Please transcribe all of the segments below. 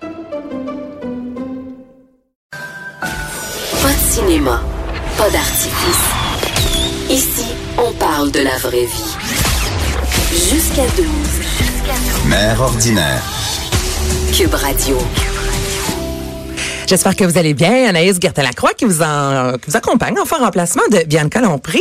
Pas de cinéma, pas d'artifice. Ici, on parle de la vraie vie. Jusqu'à 12. Mère ordinaire. Cube Radio. J'espère que vous allez bien. Anaïs Gertin-Lacroix qui vous en, qui vous accompagne en faire remplacement de Bianca Lompré.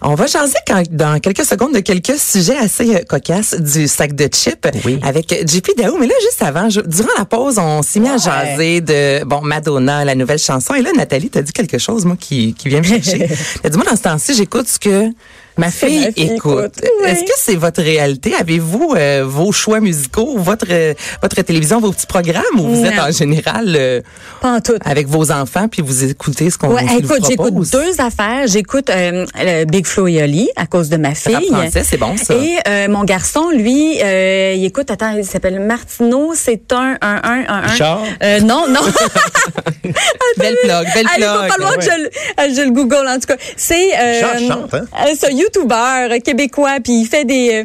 On va jaser quand- dans quelques secondes de quelques sujets assez euh, cocasses du sac de chips Oui. avec JP Daou. Mais là, juste avant, je- durant la pause, on s'est mis à jaser de, bon, Madonna, la nouvelle chanson. Et là, Nathalie, t'as dit quelque chose, moi, qui, qui vient me chercher. T'as dit, moi, dans ce temps-ci, j'écoute ce que ma fille, ma fille écoute. écoute. Oui. Est-ce que c'est votre réalité? Avez-vous euh, vos choix musicaux, votre, euh, votre télévision, vos petits programmes ou vous êtes Non. en général, euh, Pas en tout. avec vos enfants puis vous écoutez ce qu'on Ouais, ce qu'ils vous écoute, j'écoute propose. deux affaires. J'écoute euh, le Big Flo et Oli à cause de ma Rap fille. français, c'est bon, ça. Et euh, mon garçon, lui, euh, il écoute, attends, il s'appelle Martino, c'est un, un, un, un, Hein? un. Richard? Euh, non, non. Belle plug, belle Allez, va plug. falloir que je, le- euh, je le google, en tout cas. C'est euh, Richard chante, hein? euh, ce youtubeur euh, québécois, puis il fait des, euh,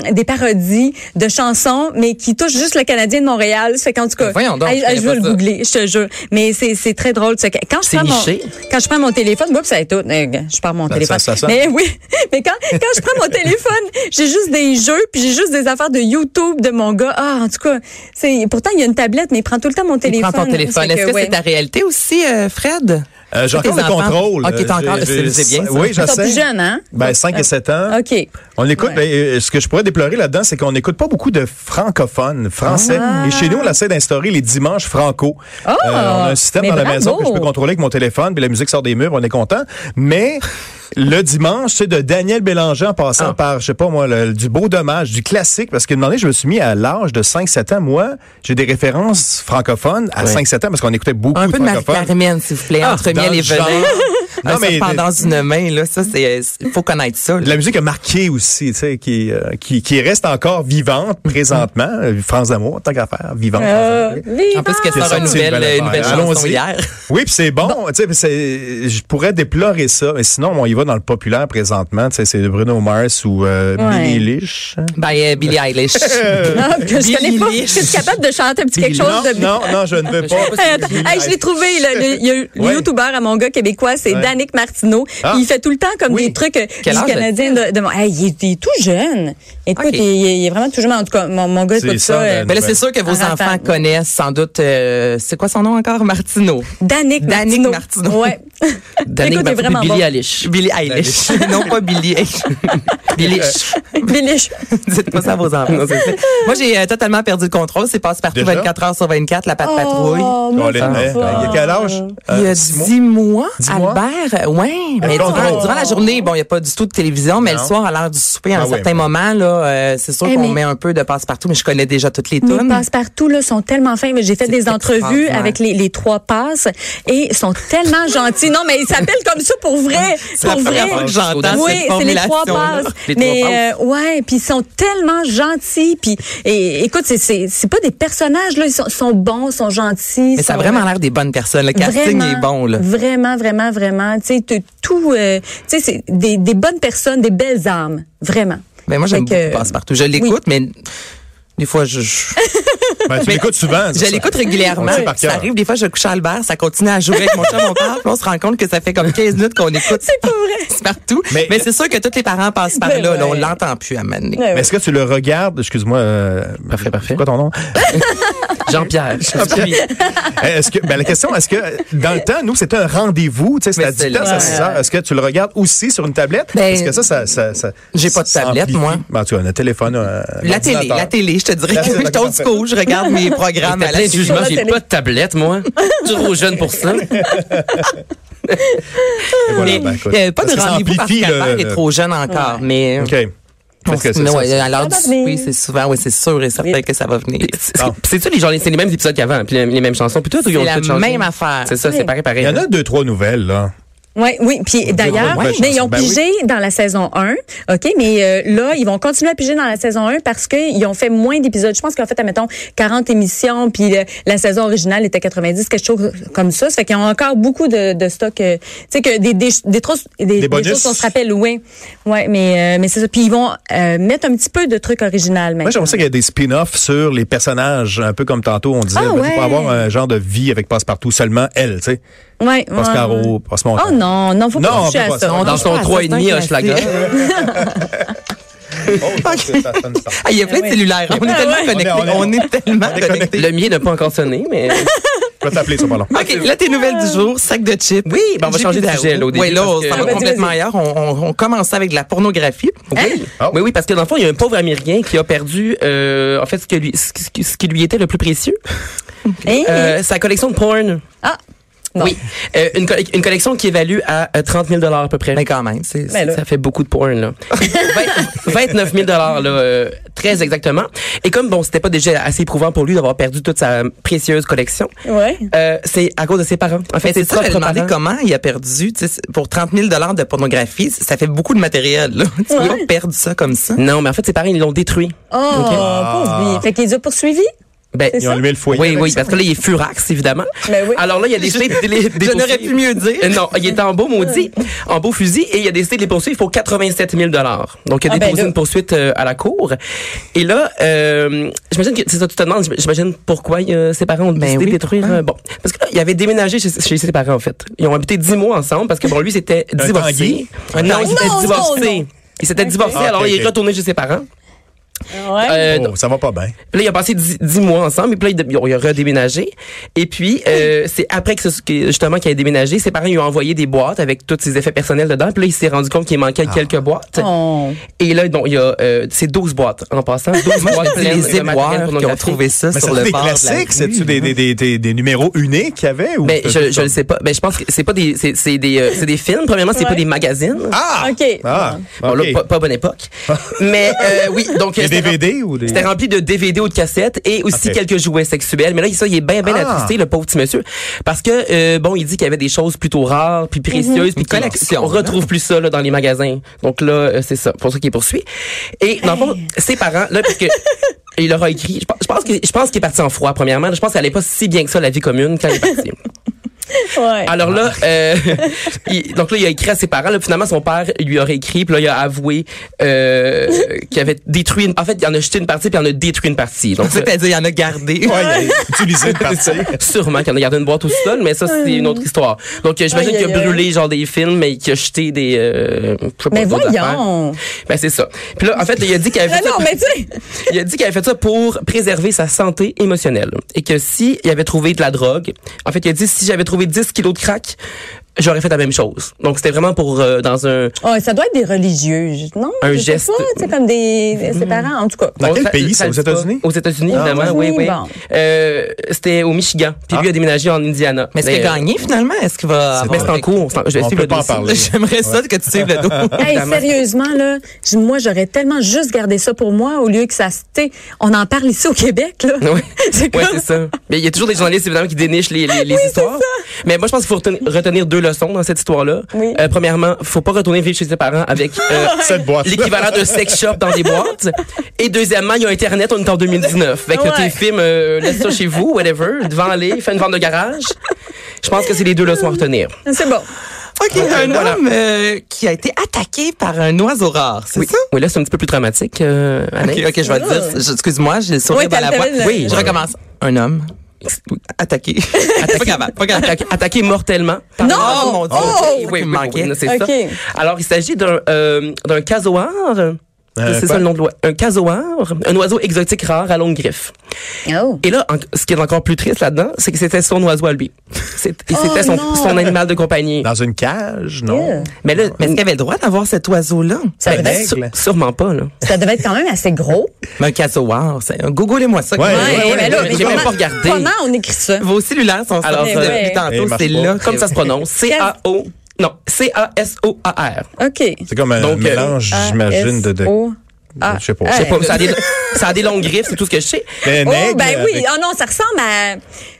euh, des parodies de chansons, mais qui touchent juste le Canadien de Montréal. Ça Fait qu'en tout cas, Mais voyons donc, allez, je allez, je, connais veux pas le ça. googler, je te jure. Mais c'est c'est très drôle. ça. Quand je, C'est prends mon, niché. quand je prends mon téléphone, oups, ça est tout. Euh, Je pars mon Ben, téléphone. ça- ça sonne. mais oui, mais quand, quand je prends mon téléphone, j'ai juste des jeux, puis j'ai juste des affaires de YouTube de mon gars. Ah, en tout cas, c'est pourtant, il y a une tablette, mais il prend tout le temps mon téléphone. Prends ton téléphone. Ça fait Est-ce que, ouais. c'est ta réalité aussi, euh, Fred? Euh, j'ai Tes encore le enfants? contrôle. OK, t'as encore, J'ai- c'est c'est bien. ça. Oui, Ils sont j'essaie. plus jeunes, hein? Ben, 5 et 7 ans. OK. On écoute, Ouais. ben, euh, ce que je pourrais déplorer là-dedans, c'est qu'on n'écoute pas beaucoup de francophones français. Ah. Et chez nous, on essaie d'instaurer les dimanches franco. Oh! Euh, on a un système mais dans la bravo. maison que je peux contrôler avec mon téléphone, puis la musique sort des murs, on est content. Mais le dimanche, c'est de Daniel Bélanger en passant Ah. par, je sais pas moi, le- du beau dommage, du classique, parce qu'une année, je me suis mis à l'âge de 5-7 ans. Moi, j'ai des références francophones à 5-7 ans, parce qu'on écoutait beaucoup Un de peu de francophones. Marie-Carmen, s'il vous plaît, Ah, entre dans miel le et genre. venin. Ah, Non, Non, mais mais- pendant une main, là, ça, c'est, il faut connaître ça. là. La musique a marqué aussi, tu sais, qui, euh, qui, qui reste encore vivante présentement. Euh, France d'amour, tant qu'à faire, vivante. France Euh, d'amour. vive En plus, la- qu'elle Qui est sort une sortie nouvelle, euh, nouvelle une nouvelle affaire. chanson Allons-y. hier. Oui, puis c'est bon, tu sais, puis c'est- je pourrais déplorer ça, mais sinon, on y va dans le populaire présentement, tu sais, c'est Bruno Mars ou euh, Ouais. Billie Eilish. By euh, Billie Eilish. Ah, que je connais pas. Billie. Je suis capable de chanter un petit quelque non, chose de non, non, je ne veux pas. Hey, attends. Hey, je l'ai trouvé, là, le, il y a eu le Ouais. youtubeur à mon gars québécois, c'est Ouais. Danick Martineau. Ah. Puis Il fait tout le temps comme Oui. des trucs euh, Quel du âge Canadien de, de mon- Hey, il, est, il est tout jeune. Écoute, Ok. il, est- il est vraiment tout jeune. En tout cas, mon, mon gars C'est écoute ça. ça, euh, Dan- Mais Ben là, c'est sûr que vos En enfants rappel. connaissent sans doute, euh, c'est quoi son nom encore? Martino. Danick Danick Martineau. Martineau. Ouais. Écoute, il Danick est Martin vraiment puis Billy bon. Eilish. Billie Eilish. non pas Billie Eilish. Billie Eilish. Billy- Dites pas ça à vos enfants. non, c'est fait. Moi, j'ai euh, totalement perdu le contrôle. C'est passe partout Déjà? 24 heures sur 24, la patte Oh, patrouille. mon Colin, hein, enfant. Il y a quel âge? Il y a Euh, six mois? 10 mois, Dix mois? Albert. Oui, mais contrôle. durant, durant la journée, bon, il n'y a pas du tout de télévision, mais Non. le soir, à l'heure du souper, à un Ah oui, certain oui. moment, là, euh, c'est sûr Eh, qu'on mais- met un peu de passe-partout, mais je connais déjà toutes les Mes tunes. passe-partout là sont tellement fins, mais j'ai fait C'est des entrevues extraordinaire. avec les, les trois passes et ils sont tellement gentils. Non, mais ils s'appellent comme ça pour vrai, C'est la pour première vrai. fois que j'entends cette Oui, c'est les trois formulation-là. passes. Les trois mais euh, ouais, puis ils sont tellement gentils. Puis et, écoute, c'est c'est c'est pas des personnages là, ils sont, sont bons, sont gentils. Mais ça a sont- vraiment l'air des bonnes personnes. Le casting Vraiment, est bon, là. Vraiment, vraiment, vraiment. Tu sais, t- tout, euh, tu sais, c'est des, des bonnes personnes, des belles âmes, vraiment. Mais Ben, moi, j'aime Fait que- beaucoup passe-partout. Je l'écoute, mais des fois, je, je, Ben, tu l'écoutes souvent. c'est je ça. l'écoute régulièrement. On le sait par Ça cœur. arrive, des fois, je couche à Albert, ça continue à jouer avec mon chum, on parle, puis on se rend compte que ça fait comme 15 minutes qu'on écoute. C'est pas vrai. partout. Mais, Mais- c'est sûr que tous les parents passent par Ben là. là, on ouais. Ben l'entend plus à Mané. Ouais, Mais Est-ce que tu le regardes? Excuse-moi. euh, Parfait, parfait. C'est quoi ton nom? Jean-Pierre. Est-ce que, ben, la question, est-ce que dans le temps, nous, c'était un rendez-vous, tu sais, c'était Mais à c'est 10 heures, c'est à le- 6 heures. Est-ce que tu le regardes aussi sur une tablette? Ben, Parce que ça, ça. ça, ça- j'ai pas de ça tablette, amplifie. moi. Ben, tu as un téléphone. un La ordinateur. télé, la télé, je te dirais La que télé, je tombe parfait. coup, je regarde mes programmes T'as à plein Ah, la Ben, de jugements, la j'ai télé. pas de tablette, moi. Toujours jeune pour ça. Et voilà, Mais, ben, écoute. euh, pas Parce ben, Euh, de que ça rendez-vous parce amplifie le- qu'Albert est le- trop jeune euh, encore, mais OK. Peut-être que c'est Mais ça. ouais, à l'heure Ça du va souper, venir. c'est souvent, oui, c'est sûr et certain que ça va venir. Bon. C'est ça, les, gens- c'est les mêmes épisodes qu'avant, puis les, les mêmes chansons, puis tout, ou ils ont C'est la tout changé? même affaire. C'est ça, Oui. c'est pareil, Il pareil. y en a deux, trois nouvelles, là. Ouais, oui, puis d'ailleurs, Ouais, mais ils ont ben oui. pigé dans la saison 1, OK, mais euh, là, ils vont continuer à piger dans la saison 1 parce qu'ils ont fait moins d'épisodes. Je pense qu'ils ont fait, admettons, 40 émissions, puis le- la saison originale était 90, quelque chose comme ça. Ça fait qu'ils ont encore beaucoup de, de stock, euh, tu sais, que des, des, des, trousses- des, des bonus. choses qu'on se rappelle, oui. Ouais, mais, euh, mais c'est ça. Puis ils vont euh, mettre un petit peu de trucs originaux maintenant. Moi, j'aimerais Euh, ça qu'il y ait des spin-offs sur les personnages, un peu comme tantôt, on disait, Ah ben, ouais. faut pas avoir un genre de vie avec Passepartout, seulement elle, tu sais. Ouais, Pascaro, ouais. Passe-Monton. Oh non, non, faut Non, pas on toucher peut à pas ça. ça. Dans son Ah, certains 3,5 Hochelaga. classiques. Oh, Ah, il y a plein de ouais. cellulaires. On est tellement ouais. connectés. On est- on On est- est tellement connectés. Le mien n'a pas encore sonné, mais Je vais t'appeler ça, pas long. OK, là, tes nouvelles du jour, sac de chips. Oui, ben, on va changer de sujet, là, au début, Oui, là, parce on que- s'en Ah, va vas-y, complètement vas-y. ailleurs. On, on, on commence avec de la pornographie. oui. Oh. oui, oui, parce que dans le fond, il y a un pauvre Américain qui a perdu, euh, en fait, ce, que lui, ce, qui- ce qui lui était le plus précieux, Hein? euh, sa collection de porn. ah, non. Oui, Euh, une, colle- une collection qui évalue à euh, 30 000 à peu près. Mais quand même, c'est... Mais là- Ça fait beaucoup de porn, là. Vingt- 29 000 là, euh, très exactement. Et comme, bon, c'était pas déjà assez éprouvant pour lui d'avoir perdu toute sa précieuse collection, Ouais. euh, c'est à cause de ses parents. En fait, Mais ses c'est ça, je me propres demandais parents. comment il a perdu, tu sais, c'est- pour 30 000 de pornographie, c- ça fait beaucoup de matériel, là. Tu peux pas perdre ça comme ça. Non, mais en fait, ses parents, ils l'ont détruit. Oh, Ah. pauvre lui. Fait qu'il les a poursuivis? Ben, C'est Ils ont allumé le foyer. oui, oui, parce que là, il est furax, évidemment. Ben oui. Alors là, il a décidé de les des Je n'aurais poursuivre. pu mieux dire. Euh, Non, il était en beau maudit, en beau fusil, et il a décidé de les poursuivre pour 87 000 Donc, il a Ah, ben déposé là. une poursuite euh, à la cour. Et là, euh, j'imagine que, c'est ça, tu te demandes, j'imagine pourquoi euh, ses parents ont Ben décidé oui, de détruire. euh, bon, parce que là, il avait déménagé chez, chez ses parents, en fait. Ils ont habité 10 mois ensemble, parce que pour lui, c'était Un divorcé. tanguy? non, il s'était Non, non, divorcé. non. Il s'était divorcé, Ah, alors ok, il est ok. retourné chez ses parents. Ouais. Euh, Oh, ça va pas bien. puis Là, il a passé dix, dix mois ensemble, et puis là, il, a- il a redéménagé. Et puis, euh, c'est après que, ce- que, justement qu'il a déménagé, ses parents lui ont envoyé des boîtes avec tous ses effets personnels dedans. Puis là, il s'est rendu compte qu'il manquait Ah. quelques boîtes. Oh. Et là, bon, il y a euh, c'est 12 boîtes en passant. 12 C'est boîtes pleines de les matériel éboueurs qui ont pornographique. trouvé ça Mais sur c'est le des bord de la classiques? rue. C'est-tu des, des, des, des, des numéros uniques qu'il y avait? Ou Ben, t'as je, tout je le ça? sais pas. Ben, je pense que c'est pas des, c'est, c'est des, euh, c'est des films. Premièrement, c'est pas Ouais. des magazines. Ah! OK. Ah, Bon, ok. là, pas, pas bonne époque. Mais euh, oui, donc Des euh, c'était rem- DVD ou des- C'était rempli de DVD ou de cassettes et aussi Ok. quelques jouets sexuels. Mais là, ça, il est bien, bien Ah. attristé, le pauvre petit monsieur, parce que euh, bon, il dit qu'il y avait des choses plutôt rares, puis Mhm. précieuses, puis Une qu'on- collection, hein. qu'on retrouve plus ça là, dans les magasins. Donc là, euh, c'est ça, pour ça qu'il poursuit. Et dans le fond, ses parents, là, parce que il leur a écrit, je pense- je pense que je pense qu'il est parti en froid. Premièrement, je pense qu'elle allait pas si bien que ça la vie commune quand il est parti. Ouais. Alors là, euh, il- donc là, il a écrit à ses parents. Là, finalement, son père lui aurait écrit, puis là, il a avoué euh, qu'il avait détruit. Une, en fait, il en a jeté une partie, puis il en a détruit une partie. Donc, c'est C'est-à-dire, il y en a gardé. Ouais, il a utilisé une partie. sûrement qu'il en a gardé une boîte au sol, mais ça, c'est une autre histoire. Donc, euh, j'imagine Aïe, qu'il a aïe, aïe. brûlé genre des films et qu'il a jeté des. Euh, je sais pas, Mais d'autres voyons. affaires. Ben c'est ça. Puis là, en fait, il a dit qu'il avait non, fait non, ça- mais tu sais. il a dit qu'il avait fait ça pour préserver sa santé émotionnelle et que si il avait trouvé de la drogue, en fait, il a dit si j'avais trouvé 10 kilos de crack, j'aurais fait la même chose. Donc c'était vraiment pour euh, dans un Oh, ça doit être des religieux, je- non? Un je sais geste. Mm-hmm. pas, tu sais, comme des, des- ses parents, en tout cas. Dans on- quel pays, ça, le aux dit pas. États-Unis? Aux États-Unis, Ah. évidemment, oui, oui. Bon. Euh, c'était au Michigan. Puis Ah. lui a déménagé en Indiana. Mais est-ce qu'il a euh, gagné, finalement? Est-ce qu'il va... Mais avoir- c'est en cours. c'est en- Je vais On suivre peut le pas en dossier. parler. J'aimerais ça que tu suives le dos. Hey, Évidemment. sérieusement, là, j- moi, j'aurais tellement juste gardé ça pour moi au lieu que ça se. tu sais, On en parle ici au Québec, là. Ouais. C'est Ouais, comme- c'est ça. Mais il y a toujours des journalistes, évidemment, qui dénichent les, les, les histoires. Mais moi, je pense qu'il faut retenir, retenir deux leçons dans cette histoire-là. Oui. Euh, premièrement, faut pas retourner vivre chez ses parents avec euh, Cette boîte. l'équivalent de sex shop dans des boîtes. Et deuxièmement, il y a Internet, on est en 2019. Fait que Ouais. tes films, euh, laisse ça chez vous, whatever, vends-les, fais une vente de garage. Je pense que c'est les deux leçons à retenir. C'est bon. OK, un voilà. homme euh, qui a été attaqué par un oiseau rare, c'est Oui. ça? Oui, là, c'est un petit peu plus dramatique, euh, Anaïs. OK, OK, je vais te dire. je- Excuse-moi, j'ai le sourire Oui, dans la t'as- voix. t'avais le- Oui, je recommence. Un homme attaqué. Pas capable, pas capable. attaqué, attaqué mortellement. par- Non! Oh, mon Dieu! Oh! Oui, oui, Il me oui, manquait. oui, c'est Ok. ça. Alors, il s'agit d'un euh, d'un casoar. c'est Euh, quoi? ça le nom de l'oiseau. Un casoar, un oiseau exotique rare à longue griffe. Oh. Et là, en- ce qui est encore plus triste là-dedans, c'est que c'était son oiseau à lui. C'est- et C'était son, Oh non. son animal de compagnie. Dans une cage, non? Yeah. Mais là, Mais est-ce qu'il avait le droit d'avoir cet oiseau-là? Ça devait, être, Aigle. sû- sûrement pas, là. ça devait être quand même assez gros. Mais un casoar, c'est un googlez-moi ça. Ouais, Ouais, ouais, mais ouais, là, ouais, mais j'ai même comment- pas regardé. Comment on écrit ça? Vos cellulaires sont Alors, sortis euh, depuis ouais. Eh, tantôt, marche c'est pas. là. Comme ça se prononce. C-A-O. Non, C-A-S-O-A-R. OK. C'est comme un Donc, euh, mélange, j'imagine, de, de O. Ah. Je sais pas. Je sais pas, ça a, des, ça a des longues griffes, c'est tout ce que je sais. Mais Oh, nègre, ben oui. avec- Ah non, ça ressemble à.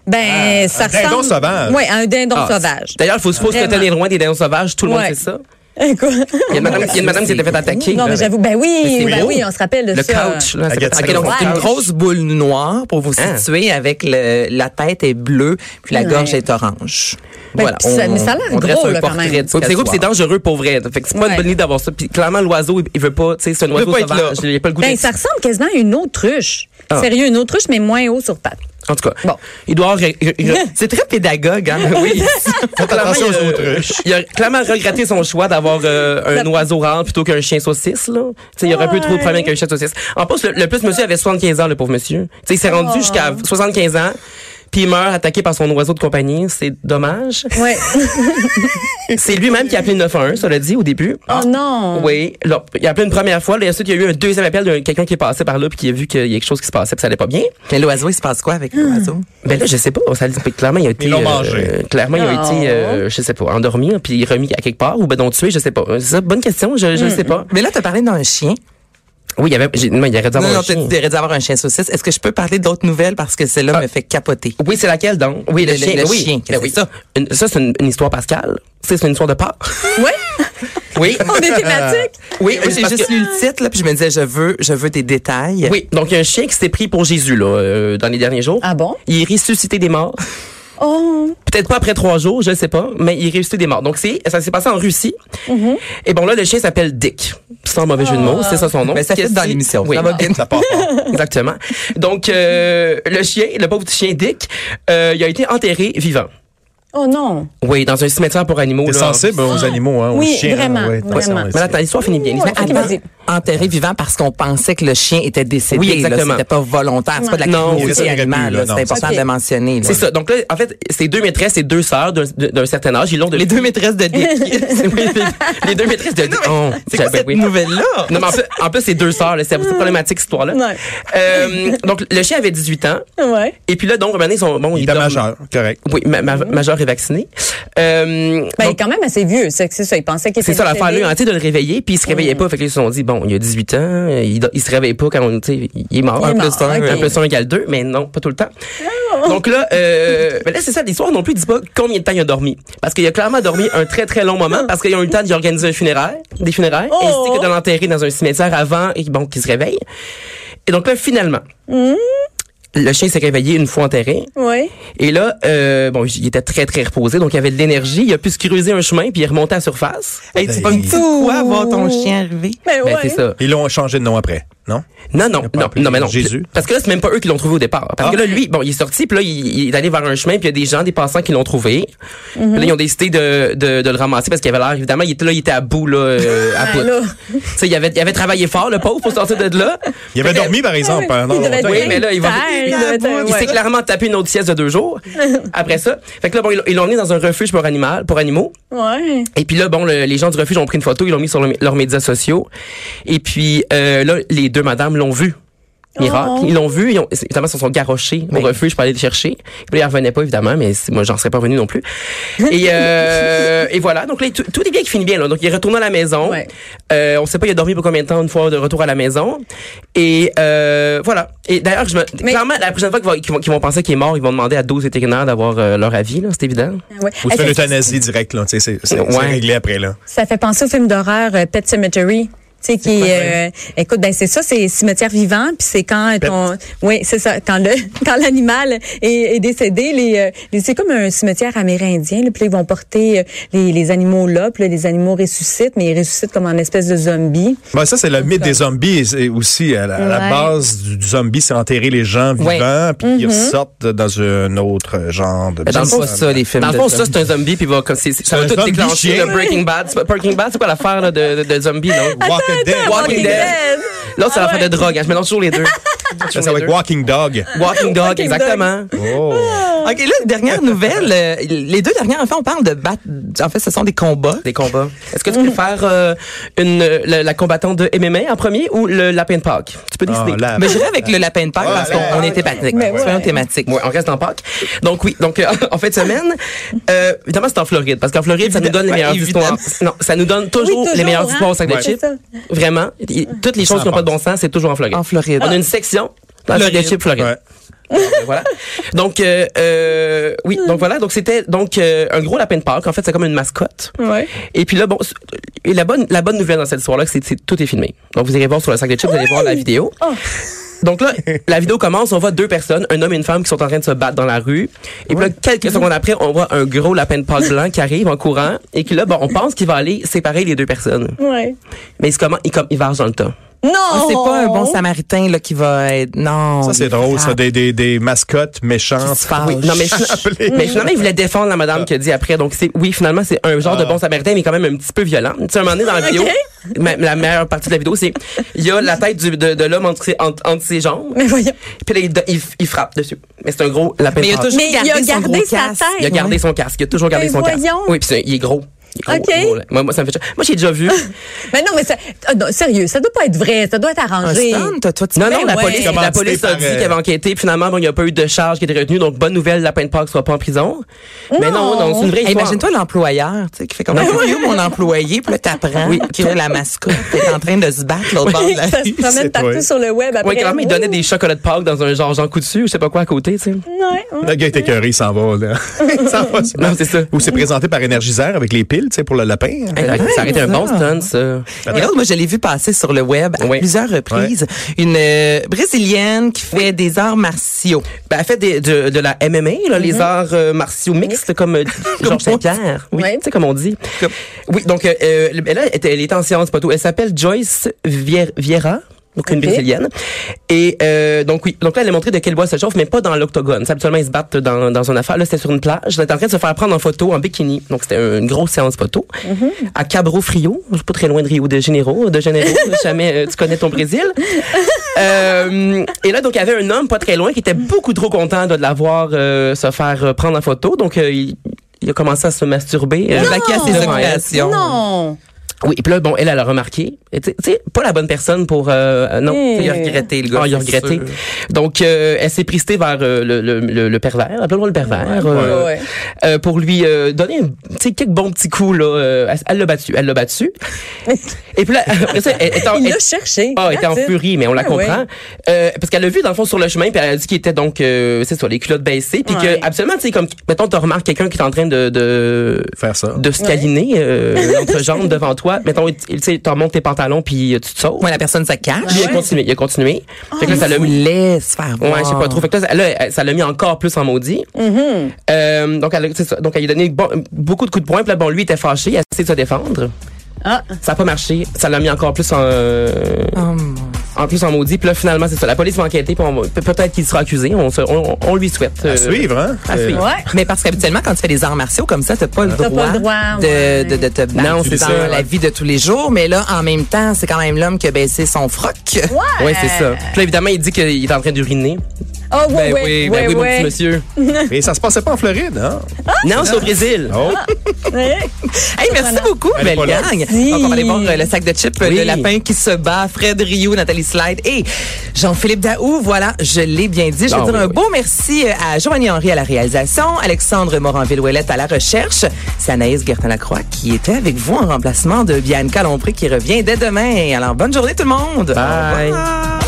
Ben, Ah, ça un dindon ressemble- sauvage. Oui, à un dindon Ah, sauvage. D'ailleurs, il faut, faut se Vraiment. tenir loin des dindons sauvages, tout le Ouais. monde sait ça. Quoi? Il y a une madame, il y a une madame qui s'était fait attaquer. Non, mais j'avoue. Ben oui, c'est ben gros. oui, on se rappelle de Le Ah, ça. couch, là. Agathe c'est- ok, donc, c'est une Couch. grosse- grosse boule noire pour vous Hein? situer avec le- la tête est bleue puis la Ouais. gorge est orange. Ben, puis ça- mais ça a l'air on dresse gros, un là, quand portrait même. du Oui, puis c'est gros, cassoir. puis c'est dangereux pour vrai. Fait que c'est pas Ouais. une bonne idée d'avoir ça. Puis clairement, l'oiseau, il- il veut pas, tu sais, c'est un oiseau pas être sauvage. là. Il a pas le goût Ben, d'être- ça ressemble quasiment à une autruche. Ah. Sérieux, une autruche, mais moins haut sur pattes. En tout cas, Bon. il doit avoir. re- re- re- C'est très pédagogue, hein? Oui. Faites attention aux autruches. Il a clairement regretté son choix d'avoir euh, un oiseau rare plutôt qu'un chien saucisse. Là. Tu sais, Il aurait pu trouver de problème avec un chien saucisse. En plus, le, le plus, monsieur avait 75 ans, le pauvre monsieur. Tu sais, il s'est Oh. rendu jusqu'à 75 ans. Puis il meurt attaqué par son oiseau de compagnie. C'est dommage. Ouais. C'est lui-même qui a appelé le 911, ça l'a dit au début. Ah, Oh non. Oui, là, il a appelé une première fois, là, ensuite il y a eu un deuxième appel d'un quelqu'un qui est passé par là puis qui a vu qu'il y a quelque chose qui se passait, puis ça allait pas bien. Mais l'oiseau, il se passe quoi Ah. avec l'oiseau? Ben là, je sais pas, ça le dit, clairement il a été l'ont euh, mangé. clairement il a Oh. été euh, je sais pas, endormi hein, puis remis à quelque part ou ben non tué, je sais pas. C'est ça, bonne question, je Hmm. je sais pas. Mais là, tu as parlé d'un chien. Oui, il y avait j'ai- non, il aurait dû Non, avoir un non, chien. Ah. tu d'avoir un chien saucisse. Est-ce que je peux parler d'autres nouvelles parce que celle-là me fait capoter? Oui, c'est laquelle donc Oui, le, Le- le- chien, le oui. chien, qu'est-ce Ben oui. que c'est ça? Une- ça c'est une, une histoire Pascal. C'est c'est une histoire de part. Ouais. oui. On est thématique. Oui, Moi, c'est j'ai parce juste que- lu le titre, là, puis je me disais, je veux, je veux des détails. Oui, donc il y a un chien qui s'est pris pour Jésus là euh, dans les derniers jours. Ah bon? Il est ressuscité des morts. Oh. Peut-être pas après trois jours, je sais pas, mais il réussit des morts. Donc c'est ça s'est passé en Russie. Et bon là le chien s'appelle Dick. Sans mauvais jeu de mots, c'est ça son nom. Mais Ben, ça fait Qu'est-ce dans qui- l'émission. Oui. Ça va bien. Ça part pas. Exactement. Donc euh, le chien, le pauvre petit chien Dick, euh, il a été enterré vivant. Oh non. Oui, dans un cimetière pour animaux. T'es là. sensible aux animaux, hein, aux Oui, chiens. hein, vraiment, ouais, attention, vraiment. Mais ouais, attends, l'histoire finit bien. Ouais, L'histoire ok, finit bien. vas-y. Enterré vivant parce qu'on pensait que le chien était décédé. Oui, là. exactement. C'était pas volontaire. C'est pas de la Non, oui, ça, il cruauté aurait animale. pu, là. là, non. C'est important Ok. de le mentionner. là. C'est ça. Donc là, en fait, c'est deux maîtresses et deux sœurs d'un- d'un certain âge. Ils l'ont de... Les deux maîtresses de Dick. C'est- oui, les- les deux maîtresses de Dick. Oh, C'est quoi ben cette oui. nouvelle-là? Non, mais en plus, en plus, c'est deux sœurs. là. C'est c'est problématique, cette histoire-là. Ouais. Euh, donc, le chien avait 18 ans. Ouais. Et puis là, donc, René, son, bon, Il il, était dort- majeur, correct. Oui, ma- ma- majeur et vacciné. Euh, Ben, il est donc, quand même assez vieux, c'est c'est ça. Il pensait qu'il était. c'est ça l'affaire, décédé. lui, hein, tu sais, de le réveiller, puis il se réveillait pas. Fait que là, ils se sont dit, bon, il a 18 ans, euh, il, do- il se réveille pas quand on, tu sais, il est mort. Il est un mort, plus un, ok. un plus un égale deux, mais non, pas tout le temps. Donc là, euh, ben là, c'est ça, l'histoire non plus, il dit pas combien de temps il a dormi. Parce qu'il a clairement dormi un très, très long moment, parce qu'ils ont eu le temps d'y organiser un funéraire, des funérailles, Oh! ainsi que de l'enterrer dans un cimetière avant, et bon, qu'il se réveille. Et donc là, finalement, Hmm? le chien s'est réveillé une fois enterré. Ouais. Et là, euh, bon, il était très, très reposé, donc il avait de l'énergie. Il a pu se creuser un chemin, puis il est remonté à la surface. Hey, tu pas me dire quoi voir ton chien arriver? Ben, Ben, ouais. c'est ça. Ils l'ont changé de nom après, non? Non, non, pas non, appelé non, mais non. Jésus. Ah. Parce que là, c'est même pas eux qui l'ont trouvé au départ. Parce que là, lui, bon, il est sorti, puis là, il, il est allé vers un chemin, puis il y a des gens, des passants qui l'ont trouvé. Mhm. Puis là, ils ont décidé de, de, de le ramasser parce qu'il avait l'air, évidemment, il était là, il était à bout, là, euh, à bout. là. Tu sais, il avait, il avait travaillé fort, le pauvre, pour sortir de là. Il avait dormi, par exemple, pendant Il devait longtemps. être Oui, Hey, mais là, il va. hey, il là, s'est attends, ouais. clairement tapé une autre sieste de deux jours après ça. Fait que là, bon, ils l'ont- ils l'ont emmené dans un refuge pour, animal, pour animaux. Ouais. Et puis là, bon, le- les gens du refuge ont pris une photo, ils l'ont mis sur le- leurs médias sociaux. Et puis euh, là, les deux madames l'ont vu. Miracle. Oh. Ils l'ont vu, ils ont, évidemment, ils se sont garochés au refuge pour aller le chercher. Puis là, ils revenaient pas, évidemment, mais c'est- moi, j'en serais pas revenu non plus. Et, euh, et voilà. Donc là, tout, tout est bien qui finit bien, là. Donc, il retourne à la maison. Ouais. Euh, on sait pas, il a dormi pour combien de temps une fois de retour à la maison. Et, euh, voilà. Et d'ailleurs, je me, Mais- clairement, la prochaine fois qu'ils vont, qu'ils vont- qu'ils vont penser qu'il est mort, ils vont demander à 12 vétérinaires d'avoir euh, leur avis, là. C'est évident. Ouais. Ou tu Eh, fais ça- l'euthanasie direct, là. tu sais, C'est c'est- c'est Ouais. réglé après, là. Ça fait penser au film d'horreur euh, Pet Cemetery. Tu sais, qui, euh, écoute, ben c'est ça, c'est cimetière vivant, puis c'est quand ton, oui, c'est ça, quand le, quand l'animal est, est décédé, les, euh, les- c'est comme un cimetière amérindien, là, puis là, ils vont porter euh, les, les animaux là, puis là, les animaux ressuscitent, mais ils ressuscitent comme en espèce de zombie. Ben, ça, c'est le mythe des zombies et c'est aussi. À la, à la Ouais. base du, du zombie, c'est enterrer les gens vivants, Ouais. puis ils ressortent dans un autre genre de. J'aime pas ça, les films. Mm-hmm. Dans le de fond, ça. ça, c'est un zombie, puis il va, comme, c'est, ça un va tout zombie déclencher. chien. Le Breaking Bad. C'est pas- Breaking Bad, c'est quoi l'affaire là, de, de, de zombie, non? Walking Dead. Ah, Walking Dead. Là, Ah c'est l'affaire de drogue. hein. Je mélange toujours les deux. Ça, ça va être Walking Dog. Walking Dog, exactement. Oh. OK, là, dernière nouvelle. euh, les deux dernières, en fait, on parle de battre. En fait, ce sont des combats. Des combats. Est-ce que tu préfères euh, une, euh, la, la combattante de MMA en premier ou le lapin de Pâques? Tu peux décider. Ah, la- Mais j'irai avec le lapin de Pâques parce Ouais, qu'on on ouais. est thématique. Mais ouais. Soyons thématiques. Ouais, on reste en Pâques. Donc oui, donc euh, en fin de semaine, euh, évidemment c'est en Floride parce qu'en Floride ça nous donne les Ouais, meilleures évidemment. histoires. Non, ça nous donne toujours, Oui, toujours, les meilleures hein. histoires au sac de Ouais. chips. C'est ça. Vraiment, Il- toutes les choses qui n'ont pas de bon sens, c'est toujours en Floride. En Floride. On a une section dans le sac de Floride. chips Floride. Ouais. Euh, voilà. Donc euh, euh, oui, donc voilà, donc c'était donc euh, un gros lapin de Pâques. En fait, c'est comme une mascotte. Ouais. Et puis là, bon, c- et la bonne, la bonne nouvelle dans cette histoire-là, c'est que tout est filmé. Donc vous irez voir sur le sac de chips, vous allez voir la vidéo. Oh. Donc là, la vidéo commence, on voit deux personnes, un homme et une femme qui sont en train de se battre dans la rue. Et puis là, Mhm. quelques secondes après, on voit un gros lapin de pâte blanc qui arrive en courant et qui là, bon, on pense qu'il va aller séparer les deux personnes. Ouais. Mais il, se commen- il, comme, il verse dans le temps. Non! Ah, c'est pas un Oh. bon samaritain là, qui va être. Non. Ça, c'est il drôle, ça, frappe, des, des, des mascottes il méchantes. se fâche. Oui, non, mais, Appelé. mais finalement, il voulait défendre la madame qui a dit après. Donc, c'est, oui, finalement, c'est un genre de bon samaritain, mais quand même un petit peu violent. Tu sais, à un moment donné, dans la vidéo, ma- la meilleure partie de la vidéo, c'est, il y a la tête du- de, de l'homme entre ses, entre, entre ses jambes, Mais voyons. puis là, il, il, il frappe dessus. Mais c'est un gros lapin Mais il a de toujours Mais il a gardé, son gardé gros sa casque. tête. Il a gardé son casque. Il a toujours gardé Mais son casque. voyons. Oui, puis c'est- il est gros. Il est gros, OK. gros, là. moi, moi, ça me fait chier. Moi, j'ai déjà vu. Mais non, mais ça, ah, non, sérieux, ça doit pas être vrai, ça doit être Un arrangé. stun, toi, toi, tu Non, non, la ouais. police, la Commandité police a par, dit euh, qu'elle avait enquêté. Puis finalement, bon, il n'y a pas eu de charge qui était retenue. Donc, bonne nouvelle, la peine de Pâques ne sera pas en prison. Mais non, non, c'est une vraie Hey, histoire. Imagine-toi l'employeur, tu sais, qui fait comme interview mon employé, puis là, t'apprends Oui. que la mascotte est en train de se battre l'autre bord de la ça se rue. promène c'est partout toi. sur le web après. Oui, quand même, il donnait des chocolats de Pâques dans un genre Jean Coutu ou je sais pas quoi à côté, tu sais. Ouais, ouais. Le gars est écœuré, il s'en va, là. Il s'en va, sur- Non, c'est ça. Ou c'est présenté par Énergisaire avec les piles, tu sais, pour le lapin. hein. Ça ouais, aurait été un ça. bon stunt, ça. Et l'autre, moi, je l'ai vu passer sur le web à Oui. plusieurs reprises. Une euh, brésilienne qui fait des arts martiaux. Ben, elle fait des- de, de la MMA, là, les arts euh, martiaux mixtes, comme euh, Georges Saint-Pierre. Oui, Ouais. tu sais, comme on dit. Oui, donc, euh, euh, elle, elle était- elle est en sciences, pas tout. Elle s'appelle Joyce Vier- Vieira. Donc, une Ok. brésilienne. Et euh, donc, oui. Donc, là, elle a montré de quel bois se chauffe, mais pas dans l'octogone. Tu sais, Habituellement, ils se battent dans, dans une affaire. Là, c'était sur une plage. Elle était en train de se faire prendre en photo en bikini. Donc, c'était une grosse séance photo. À Cabo Frio, pas très loin de Rio de Janeiro. De Janeiro, si jamais euh, tu connais ton Brésil. Euh, et là, donc, il y avait un homme pas très loin qui était beaucoup trop content de la voir euh, se faire euh, prendre en photo. Donc, euh, il, il a commencé à se masturber. euh, Vaquer à ses devant elle. occupations. Non! Oui, et puis là, bon, elle, elle a remarqué. Et Tu sais- tu sais, pas la bonne personne pour... euh, non, Mmh. il a regretté, le gars. Ah, il a regretté. Donc, euh, elle s'est pristée vers euh, le, le, le, le pervers, appelons-le le pervers, euh, Ouais, ouais. euh, pour lui euh, donner un- tu sais, quelques bons petits coups. Là, euh, elle- elle l'a battu, elle l'a battu. et puis là, après ça, elle, elle- Il elle- l'a cherché. ah, elle était en That's it. furie, mais on la Ah, comprend. ouais. Euh, parce qu'elle l'a vu, dans le fond, sur le chemin, puis elle a dit qu'il était donc, euh, c'est ça, les culottes baissées. Puis Ouais. que, absolument, tu sais, comme, mettons, tu remarques quelqu'un qui est en train de, de Faire ça. de se câliner, euh, l'entrejambe devant toi. Mettons, il- il- tu sais, tu remontes tes pantalons, puis euh, tu te sauves. Moi, la personne, ça cache. Puis il a continué, il a continué. Oh, fait que là, ça l'a Ou mis. laisse faire Ouais, voir. je sais pas trop. Fait que là, ça- là, ça l'a mis encore plus en maudit. Mm-hmm. Euh, donc, elle, a- c'est ça. donc, elle lui a donné bon- beaucoup de coups de poing. Puis là, bon, lui, il était fâché, il a essayé de se défendre. Ah. Ça n'a pas marché. Ça l'a mis encore plus en, euh, Oh, mon- en plus, on maudit. Puis là, finalement, c'est ça. La police va enquêter. Puis on va- pe- peut-être qu'il sera accusé. On, se- on, on lui souhaite. euh, À suivre, hein? à Euh, suivre. Ouais. Mais parce qu'habituellement, quand tu fais des arts martiaux comme ça, t'as pas le droit, T'as pas le droit, de, ouais. de, de te battre Non, c'est dans ça. la vie de tous les jours. Mais là, en même temps, c'est quand même l'homme qui a baissé son froc. Ouais, c'est ça. Puis là, évidemment, il dit qu'il est en train d'uriner. Ah, ouais, Ben ouais, oui, ben ouais, oui, mon ouais. Ah, petit monsieur. Et ça se passait pas en Floride, hein? non, c'est au Brésil. Oh, Hey, merci beaucoup, Elle est pas belle là. gang. Merci. Donc, on va aller voir euh, le sac de chips euh, Oui. de lapin qui se bat. Fred Rioux, Nathalie Slide et Jean-Philippe Daou. Voilà, je l'ai bien dit. Ah Je vais Non, dire oui, un oui. beau merci euh, à Joanie Henry à la réalisation, Alexandre Moranville-Ouellette à la recherche. C'est Anaïs Gertin-Lacroix qui était avec vous en remplacement de Bianca Lompré qui revient dès demain. Alors, bonne journée tout le monde. Bye. Au revoir.